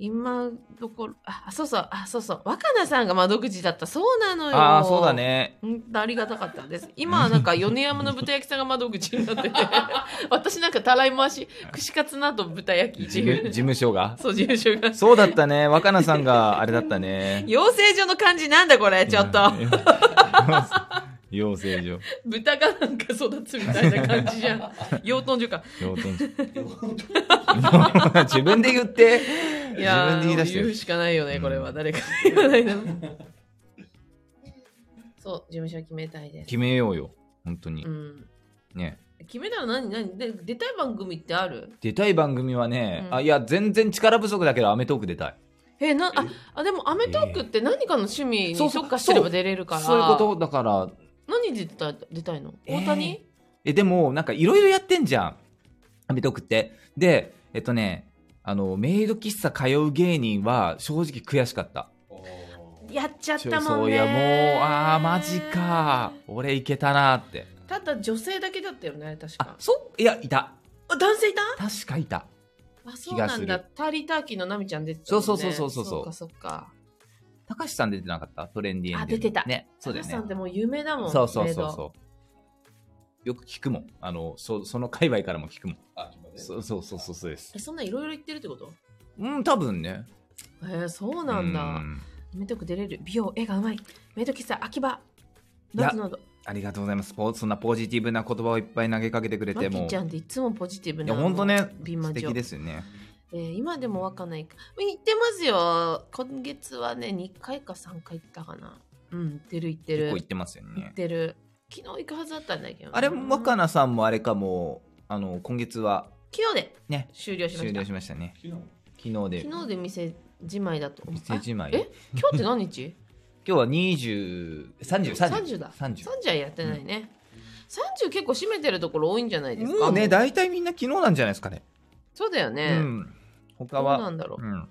Speaker 1: 今どころああそうそうあそうそう若菜さんが窓口だったそうなのよ
Speaker 2: ああ、そうだね。
Speaker 1: 本当ありがたかったです。今はなんか米山の豚焼きさんが窓口になっ てて、私なんかたらい回し、串カツなど豚焼きって
Speaker 2: 事
Speaker 1: い
Speaker 2: 務事
Speaker 1: う、
Speaker 2: 務所が。
Speaker 1: そう、事務所が。
Speaker 2: そうだったね。若菜さんがあれだったね。
Speaker 1: 養成所の感じなんだこれ、ちょっと。
Speaker 2: 養成所。
Speaker 1: 豚がなんか育つみたいな感じじゃ ん。養豚所か。
Speaker 2: 養豚所。自分で言って。
Speaker 1: いや
Speaker 2: 自分で言い出
Speaker 1: ー
Speaker 2: して
Speaker 1: 言
Speaker 2: る
Speaker 1: うしかないよね、これは。
Speaker 2: うん
Speaker 1: 誰かが言わないの。そう、事務所決めたいです。
Speaker 2: 決めようよ本当に、
Speaker 1: うん、
Speaker 2: ね
Speaker 1: 決めたら何何で出たい番組ってある
Speaker 2: 出たい番組はね、
Speaker 1: うん
Speaker 2: あいや全然力不足だけど『アメトーーク』出たい
Speaker 1: えなあ
Speaker 3: え
Speaker 1: あでも『アメトーク』って何かの趣味に
Speaker 2: そうそう
Speaker 1: 特化してれば出れるから
Speaker 2: そういうことだから
Speaker 1: 何で出た出たいの
Speaker 2: えー
Speaker 1: 大谷、
Speaker 2: えでもなんかいろいろやってんじゃん『アメトーーク』ってでえっとねあのメイド喫茶通う芸人は正直悔しかった
Speaker 1: やっちゃった
Speaker 2: そ
Speaker 1: もん
Speaker 2: うい
Speaker 1: ね
Speaker 2: やもうああマジか俺いけたなって
Speaker 1: ただ女性だけだったよねあれ確
Speaker 2: あ
Speaker 1: か
Speaker 2: そういやいた
Speaker 1: あ男性いた
Speaker 2: 確かいた
Speaker 1: あそうなん
Speaker 2: 気が
Speaker 1: だ
Speaker 2: す
Speaker 1: ターリーターキーのナミちゃん出てたもんね
Speaker 2: そうそうそうそう
Speaker 1: そ
Speaker 2: そう
Speaker 1: うかそうか
Speaker 2: 高橋さん出てなかったトレンディエン
Speaker 1: あ出てた
Speaker 2: ねそうだよ
Speaker 1: 高
Speaker 2: ね
Speaker 1: 橋さんってもう有名だもん
Speaker 2: そうそう
Speaker 1: メイ
Speaker 2: そう
Speaker 1: ド
Speaker 2: そうよく聞くもんあのそその界隈からも聞くもん
Speaker 3: あ、今ね
Speaker 2: そうそうそうそうそうです
Speaker 1: えそんないろいろ言ってるってこと
Speaker 2: うん多分ね
Speaker 1: えー、そうなんだアメトーク出れる美容絵がうまいメイド喫茶秋葉
Speaker 2: いや
Speaker 1: などなど
Speaker 2: ありがとうございますポそんなポジティブな言葉をいっぱい投げかけてくれ
Speaker 1: マ
Speaker 2: て
Speaker 1: キ
Speaker 2: もう
Speaker 1: ちゃんっていつもポジティブ
Speaker 2: い
Speaker 1: な
Speaker 2: や本当ね
Speaker 1: 美魔
Speaker 2: 素敵
Speaker 1: 女
Speaker 2: ですよね
Speaker 1: えー今でもわかんないか行ってますよ今月はね2回か3回行ったかなうん行ってる行って
Speaker 2: 結
Speaker 1: る
Speaker 2: 構
Speaker 1: 行
Speaker 2: 言ってますよね
Speaker 1: ってる昨日行くはずだったんだけどな
Speaker 2: あれ若菜さんもあれかもあの今月は
Speaker 1: 昨日で
Speaker 2: ね
Speaker 1: 終了しま
Speaker 2: 終
Speaker 1: し
Speaker 2: 了
Speaker 1: た
Speaker 2: しましたね
Speaker 3: 昨日
Speaker 2: 昨日で
Speaker 1: 昨日で店じまいだと思う
Speaker 2: 店じまい
Speaker 1: あえ今日って何日
Speaker 2: 今日は203030
Speaker 1: 30だ
Speaker 2: 30
Speaker 1: ?30 はやってないね、30結構閉めてるところ多いんじゃないですか
Speaker 2: もうね大体みんな昨日なんじゃないですかね
Speaker 1: そうだよ
Speaker 2: う
Speaker 1: ね、
Speaker 2: ん他
Speaker 1: どうな
Speaker 2: は
Speaker 1: んだろう、
Speaker 2: うん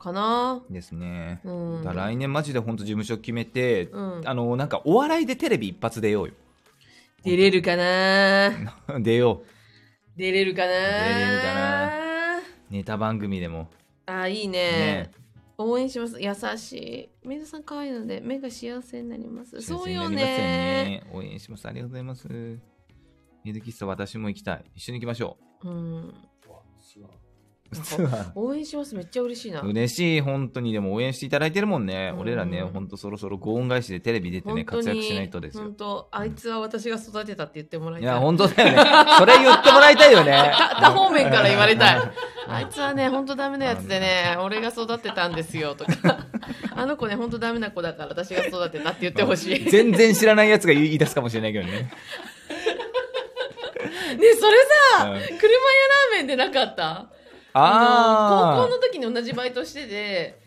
Speaker 1: かな
Speaker 2: ですね
Speaker 1: うん
Speaker 2: だから来年マジで本当事務所決めて
Speaker 1: うん、
Speaker 2: あのなんかお笑いでテレビ一発出よ うよ
Speaker 1: 出れるかな
Speaker 2: 出よ
Speaker 1: 出れるかな
Speaker 2: 出れるかなうネタ番組でも
Speaker 1: あーいいね
Speaker 2: ね
Speaker 1: 応援します優しい皆さん可愛いので目が幸せになりますそうよ
Speaker 2: 幸せに
Speaker 1: ね
Speaker 2: なりますよね応援しますありがとうございます水木さん私も行きたい一緒に行きましょ
Speaker 1: うん
Speaker 3: わすごいう
Speaker 1: なんか
Speaker 2: 実は
Speaker 1: 応援しますめっちゃ嬉しいな
Speaker 2: 嬉しい本当にでも応援していただいてるもんね、
Speaker 1: うん
Speaker 2: 俺らね本当そろそろご恩返しでテレビ出てね
Speaker 1: 本当
Speaker 2: 活躍
Speaker 1: に
Speaker 2: しないとですよ
Speaker 1: 本当あいつは私が育てたって言ってもらい
Speaker 2: い
Speaker 1: たい
Speaker 2: や本当だよねそれ言ってもらいたいよね
Speaker 1: 他他方面から言われたいあいつはね本当ダメなやつでね俺が育てたんですよと かあの子ね本当ダメな子だから私が育てたって言ってほしいね
Speaker 2: 全然知らないやつが言い出すかもしれないけどね、
Speaker 1: それさ
Speaker 2: うん
Speaker 1: 車屋ラーメンでなかったあの高校
Speaker 2: あ
Speaker 1: の時に同じバイトしてて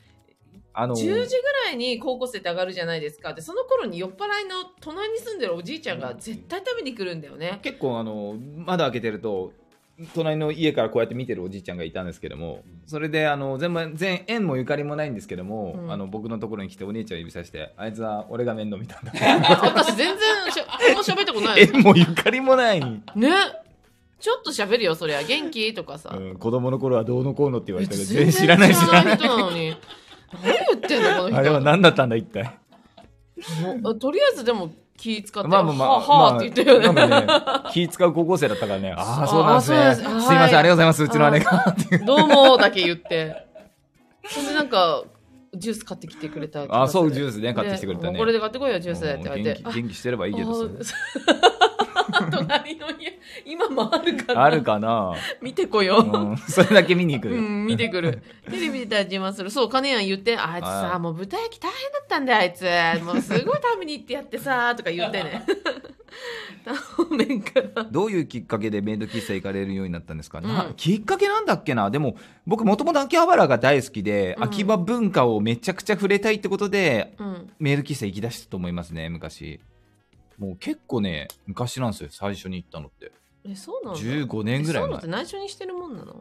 Speaker 2: あの
Speaker 1: 10時ぐらいに高校生って上がるじゃないですかでその頃に酔っ払いの隣に住んでるおじいちゃんが絶対食べに来るんだよ ね
Speaker 2: 結構あの窓開けてると隣の家からこうやって見てるおじいちゃんがいたんですけどもそれであの全部全縁もゆかりもないんですけども、
Speaker 1: うん
Speaker 2: あの僕のところに来てお姉ちゃんを指さしてあいつは俺が面倒見たんだ
Speaker 1: あ私全然しゃあんま喋ったことないです
Speaker 2: 縁もゆかりもない、う
Speaker 1: ねちょっと喋るよそりゃ元気とかさ、
Speaker 2: ん、子供の頃はどうのこうのって言われたけど全
Speaker 1: 全然
Speaker 2: 然知
Speaker 1: 知
Speaker 2: ら
Speaker 1: ら
Speaker 2: な
Speaker 1: ないい
Speaker 2: しな
Speaker 1: 人なのに何言ってんのこの人
Speaker 2: あれは何だったんだ一体
Speaker 1: あとりあえずでも気使って、
Speaker 2: まあまあまあ、
Speaker 1: はあはあって言ったよね、
Speaker 2: まあなんかね気使う高校生だったからねああそうなんですね
Speaker 1: あー
Speaker 2: す
Speaker 1: そう
Speaker 2: い
Speaker 1: なんです
Speaker 2: ませ
Speaker 1: は
Speaker 2: ん
Speaker 1: い
Speaker 2: ありがとうございますうちの姉がってい う
Speaker 1: どうもだけ言って。それでなんか、ジュース買ってきてくれた。
Speaker 2: あそうジュースね買ってきてくれたね
Speaker 1: でもうこれで買ってこいよ、ジュースって言われ
Speaker 2: 元
Speaker 1: て
Speaker 2: 気。元気してればいいけどさ
Speaker 1: あ 隣の家、今もあるから。
Speaker 2: あるかな
Speaker 1: 見てこよ
Speaker 2: うんそれだけ見に行く
Speaker 1: う。うん、見てく る。テレビで自慢する。そう、金谷言って、あいつ
Speaker 2: は
Speaker 1: さ、
Speaker 2: い
Speaker 1: もう豚焼き大変だったんだよ、あいつ。もうすごい食べに行ってやってさ、とか言って ね。タンメンから。
Speaker 2: どういうきっかけでメイド喫茶行かれるようになったんですか、な
Speaker 1: うん
Speaker 2: きっかけなんだっけなでも僕もともと秋葉原が大好きで、
Speaker 1: うん
Speaker 2: 秋葉文化をめちゃくちゃ触れたいってことで
Speaker 1: うん。
Speaker 2: メイド喫茶行きだしたと思いますね昔もう結構ね昔なんですよ最初に行ったのって
Speaker 1: え、そうなんだ。
Speaker 2: 15年ぐら
Speaker 1: そうい
Speaker 2: い
Speaker 1: うの
Speaker 2: 前
Speaker 1: って内緒にしてるもんなの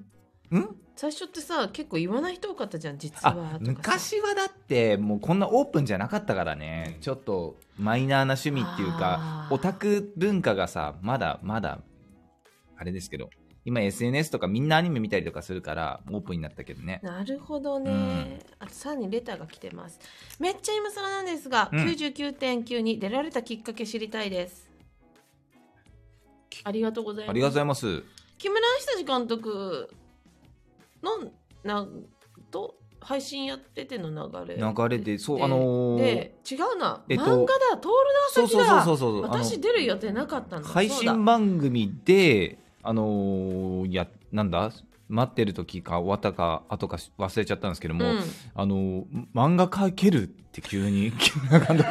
Speaker 2: ん
Speaker 1: 最初ってさ結構言わない人多かったじゃん実は
Speaker 2: あ
Speaker 1: とかさ
Speaker 2: 昔はだってもうこんなオープンじゃなかったからねちょっとマイナーな趣味っていうか
Speaker 1: あー
Speaker 2: オタク文化がさまだまだあれですけど今 SNS とかみんなアニメ見たりとかするからオープンになったけどね
Speaker 1: なるほどね、
Speaker 2: うん
Speaker 1: あとさらにレターが来てますめっちゃ今更なんですが、
Speaker 2: うん
Speaker 1: 99.9に出られたきっかけ知りたいですありがとうございます
Speaker 2: ありがとうございます
Speaker 1: 木村久志監督のなんと配信やってての流れ
Speaker 2: 流れでそうあのー
Speaker 1: で違うな、
Speaker 2: えっと
Speaker 1: 漫画だトールの朝
Speaker 2: そうそう
Speaker 1: 日だ
Speaker 2: そうそうそうあの
Speaker 1: 私出る予定なかったんだ
Speaker 2: 配
Speaker 1: そうだ
Speaker 2: 信番組であのーいやなんだ待ってる時か終わったか後か忘れちゃったんですけど
Speaker 1: う
Speaker 2: も、
Speaker 1: ん、
Speaker 2: あの漫画描けるって 急に木村監督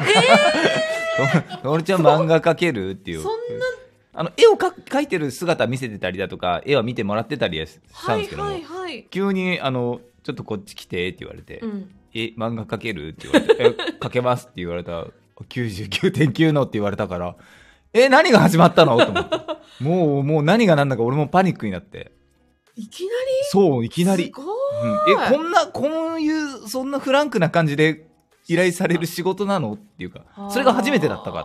Speaker 2: が「と俺ちゃん漫画描ける?」っていう
Speaker 1: そんな
Speaker 2: あの絵を描描いてる姿見せてたりだとか絵は見てもらってたりした
Speaker 1: は
Speaker 2: んで
Speaker 1: い
Speaker 2: すけども、
Speaker 1: はいはい、
Speaker 2: 急にあの「ちょっとこっち来て」って言われて「
Speaker 1: うん、
Speaker 2: え漫画描ける?」って言われてえ 「描けます」って言われた99.9のって言われたから「え何が始まったの?」と思ってもうもう何が何だか俺もパニックになって
Speaker 1: いきな
Speaker 2: そうい
Speaker 1: り
Speaker 2: きな
Speaker 1: す
Speaker 2: り、
Speaker 1: ご
Speaker 2: うん
Speaker 1: い
Speaker 2: えこんなこういうそんなフランクな感じで依頼される仕事なのっていうか
Speaker 1: い
Speaker 2: それが初めてだったから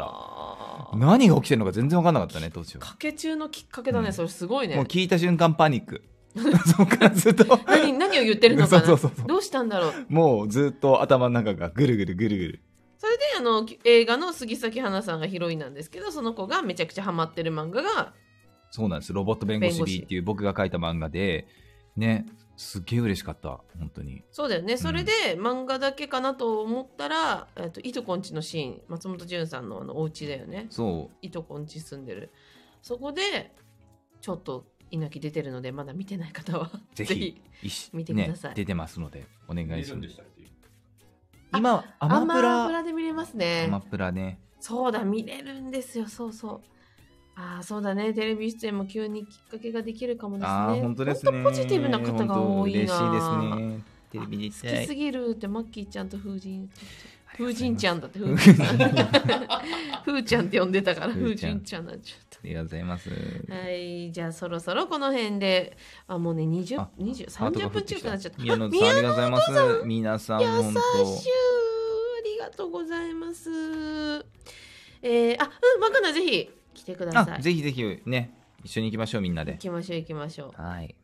Speaker 1: ら
Speaker 2: 何が起きてるのか全然分かんなかったね当時は。
Speaker 1: かけ中のきっかけだね、
Speaker 2: うん
Speaker 1: それすごい
Speaker 2: もう
Speaker 1: ね
Speaker 2: 聞いた瞬間パニック そっからずっと
Speaker 1: 何何を言ってるのかな
Speaker 2: そうそうそう
Speaker 1: どうしたんだろう
Speaker 2: もうずっと頭の中がぐるぐるぐるぐる
Speaker 1: それであのき映画の杉咲花さんがヒロインなんですけどその子がめちゃくちゃハマってる漫画が
Speaker 2: そうなんです。ロボット弁護士
Speaker 1: 弁護士
Speaker 2: B っていう僕が書いた漫画で、ね、すっげえ嬉しかった、本当に。
Speaker 1: そうだよねそれで漫画だけかなと思ったら、えっといとこんちのシーン松本潤さんのあのお家だよね
Speaker 2: そ
Speaker 1: いとこんち住んでるそこでちょっと稲城出てるのでまだ見てない方は
Speaker 2: ぜ
Speaker 1: ぜ
Speaker 2: ひ
Speaker 1: ひ
Speaker 2: う、一
Speaker 1: 見てください
Speaker 2: ね、出てますので、お願
Speaker 3: 見れ
Speaker 2: いし
Speaker 3: るん
Speaker 2: ま。
Speaker 3: ですしたっけ
Speaker 2: 今はア
Speaker 1: ア
Speaker 2: マ
Speaker 1: マ
Speaker 2: プ
Speaker 1: プ
Speaker 2: ラ、
Speaker 1: ラで見れます
Speaker 2: ア
Speaker 1: ね
Speaker 2: マプラね。
Speaker 1: そうだ、見れるんですよ、そうそう。ああ、そうだね、テレビ出演も急にきっかけができるかもですね。
Speaker 2: ああ、本当ですね。
Speaker 1: 本当ポジティブな方が多いな。
Speaker 2: 本当嬉しいですね。テレビ出
Speaker 1: 好
Speaker 2: た
Speaker 1: き
Speaker 2: い
Speaker 1: すぎるってマッキーちゃんと風神
Speaker 2: ありがとうございます
Speaker 1: 風神ちゃんだって風神ちゃん風ちゃんって呼んでたから風
Speaker 2: 風ちゃん
Speaker 1: 神ちゃんになっちゃっ
Speaker 2: ありがとうございます。
Speaker 1: たはいじゃあそろそろこの辺であもうね20
Speaker 2: あ
Speaker 1: 20
Speaker 2: ハートが
Speaker 1: 30
Speaker 2: 降
Speaker 1: 分
Speaker 2: て
Speaker 1: 近
Speaker 2: き
Speaker 1: くなっちゃった
Speaker 2: 宮
Speaker 1: あ
Speaker 2: 野
Speaker 1: 宮
Speaker 2: さん、
Speaker 1: 野
Speaker 2: ありがとうございます。皆さん、
Speaker 1: 優しい
Speaker 2: 本当。
Speaker 1: ありがとうございますえー、あうん若菜ぜひ来てくださ
Speaker 2: あ、
Speaker 1: い
Speaker 2: ぜひぜひ、ね、一緒に行きましょう、みんなで
Speaker 1: 行。きましょう行きましょ
Speaker 2: はい。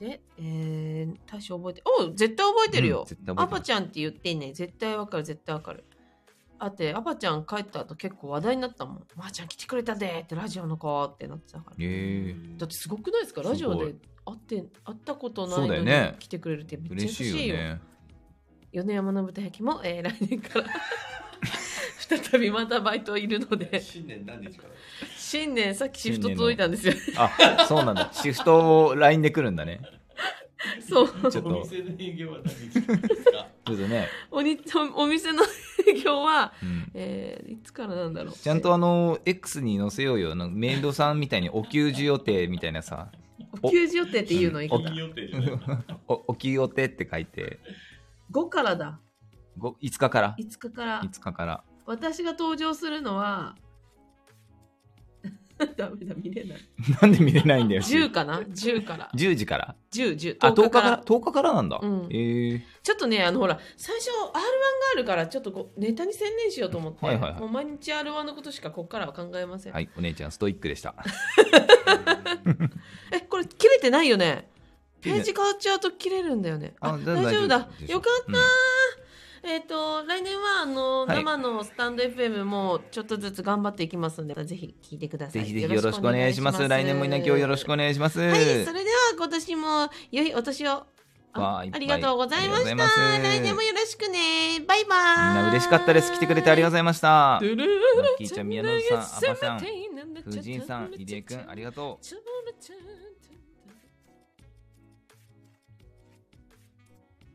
Speaker 1: う。で、えー、大将覚えて、おう絶対覚えてる
Speaker 2: うん
Speaker 1: よ。
Speaker 2: 絶対覚
Speaker 1: ア
Speaker 2: えてま
Speaker 1: パ
Speaker 2: す
Speaker 1: ちゃんって言ってね、絶対わかる、絶対わかる。あって、アパちゃん帰った後結構話題になったもん。まー、ちゃん来てくれたでってラジオの子ってなってたから。
Speaker 2: ええ
Speaker 1: だってすごくないですかラジオ
Speaker 2: すご
Speaker 1: で
Speaker 2: い
Speaker 1: 会って会ったことな
Speaker 2: そ
Speaker 1: いう
Speaker 2: だよ
Speaker 1: の
Speaker 2: ね
Speaker 1: に来てくれるってめっちゃ優
Speaker 2: 嬉
Speaker 1: しいよ。
Speaker 2: しいよね。
Speaker 1: 米山信太焼も、えー、来年から再びまたバイトいるので
Speaker 3: 新年何日からです
Speaker 1: 新年さっきシフト
Speaker 2: 新年の
Speaker 1: 届いたんですよ。
Speaker 2: あ、そうなん だ。シフトを LINE で来るんだね。
Speaker 1: そう
Speaker 3: か
Speaker 2: ちょっと
Speaker 3: お店の営業は何日から ですか
Speaker 2: ちょっとね、
Speaker 1: おにお店の営業は
Speaker 2: うん、
Speaker 1: えー、いつからなんだろう。
Speaker 2: ちゃんとあの X に載せようよあのメイドさんみたいにお給仕予定みたいなさ
Speaker 1: お給仕予定っていうのいいか
Speaker 3: 金
Speaker 1: な。
Speaker 3: 予定じゃないの
Speaker 2: おお給予定って書いて
Speaker 1: 5からだ。
Speaker 2: 5, 5日から
Speaker 1: 5日から。
Speaker 2: 5日から
Speaker 1: 私が登場するのは、ダメだ、見れない。
Speaker 2: なんで見れないんだよ
Speaker 1: 10かな ?10 から。
Speaker 2: 10時から
Speaker 1: 10、10。
Speaker 2: あ10
Speaker 1: 10
Speaker 2: 日
Speaker 1: 日
Speaker 2: か
Speaker 1: からら。
Speaker 2: 10日からなんだ、
Speaker 1: うん
Speaker 2: ええ
Speaker 1: ちょっとね、あのほら、最初 R1 があるから、ちょっとこうネタに専念しようと思って、
Speaker 2: はいはいはい
Speaker 1: もう毎日 R1 のことしかここからは考えません。
Speaker 2: はいお姉ちゃんストイックでした
Speaker 1: え、これ切れてないよね。
Speaker 2: 切
Speaker 1: ペ
Speaker 2: れ
Speaker 1: ー
Speaker 2: ない
Speaker 1: ジ変わっちゃうと切れるんだよね。あ、
Speaker 2: あ
Speaker 1: 大丈夫だ。
Speaker 2: でしょ
Speaker 1: よかった。
Speaker 2: うん
Speaker 1: えっ、と来年はあの、
Speaker 2: はい
Speaker 1: 生のスタンド FM もちょっとずつ頑張っていきますのでぜひ聞いてくださ
Speaker 2: ぜ
Speaker 1: い。
Speaker 2: ひぜひよろしくお願いします来年も稲きをよろしくお
Speaker 1: 願いし
Speaker 2: 願いします、
Speaker 1: ますはい、それでは今年も良いお年を。あ
Speaker 2: わあいっぱ
Speaker 1: あ
Speaker 2: い
Speaker 1: りがとうございました。
Speaker 2: ありがとうございます
Speaker 1: 来年もよろしくね。バイバイ。
Speaker 2: みんな嬉しかったです来てくれてありがとうございました
Speaker 1: うござい
Speaker 2: マッキーちゃん宮野さんアバさん藤神さん入江くんありがとう
Speaker 1: ちょっ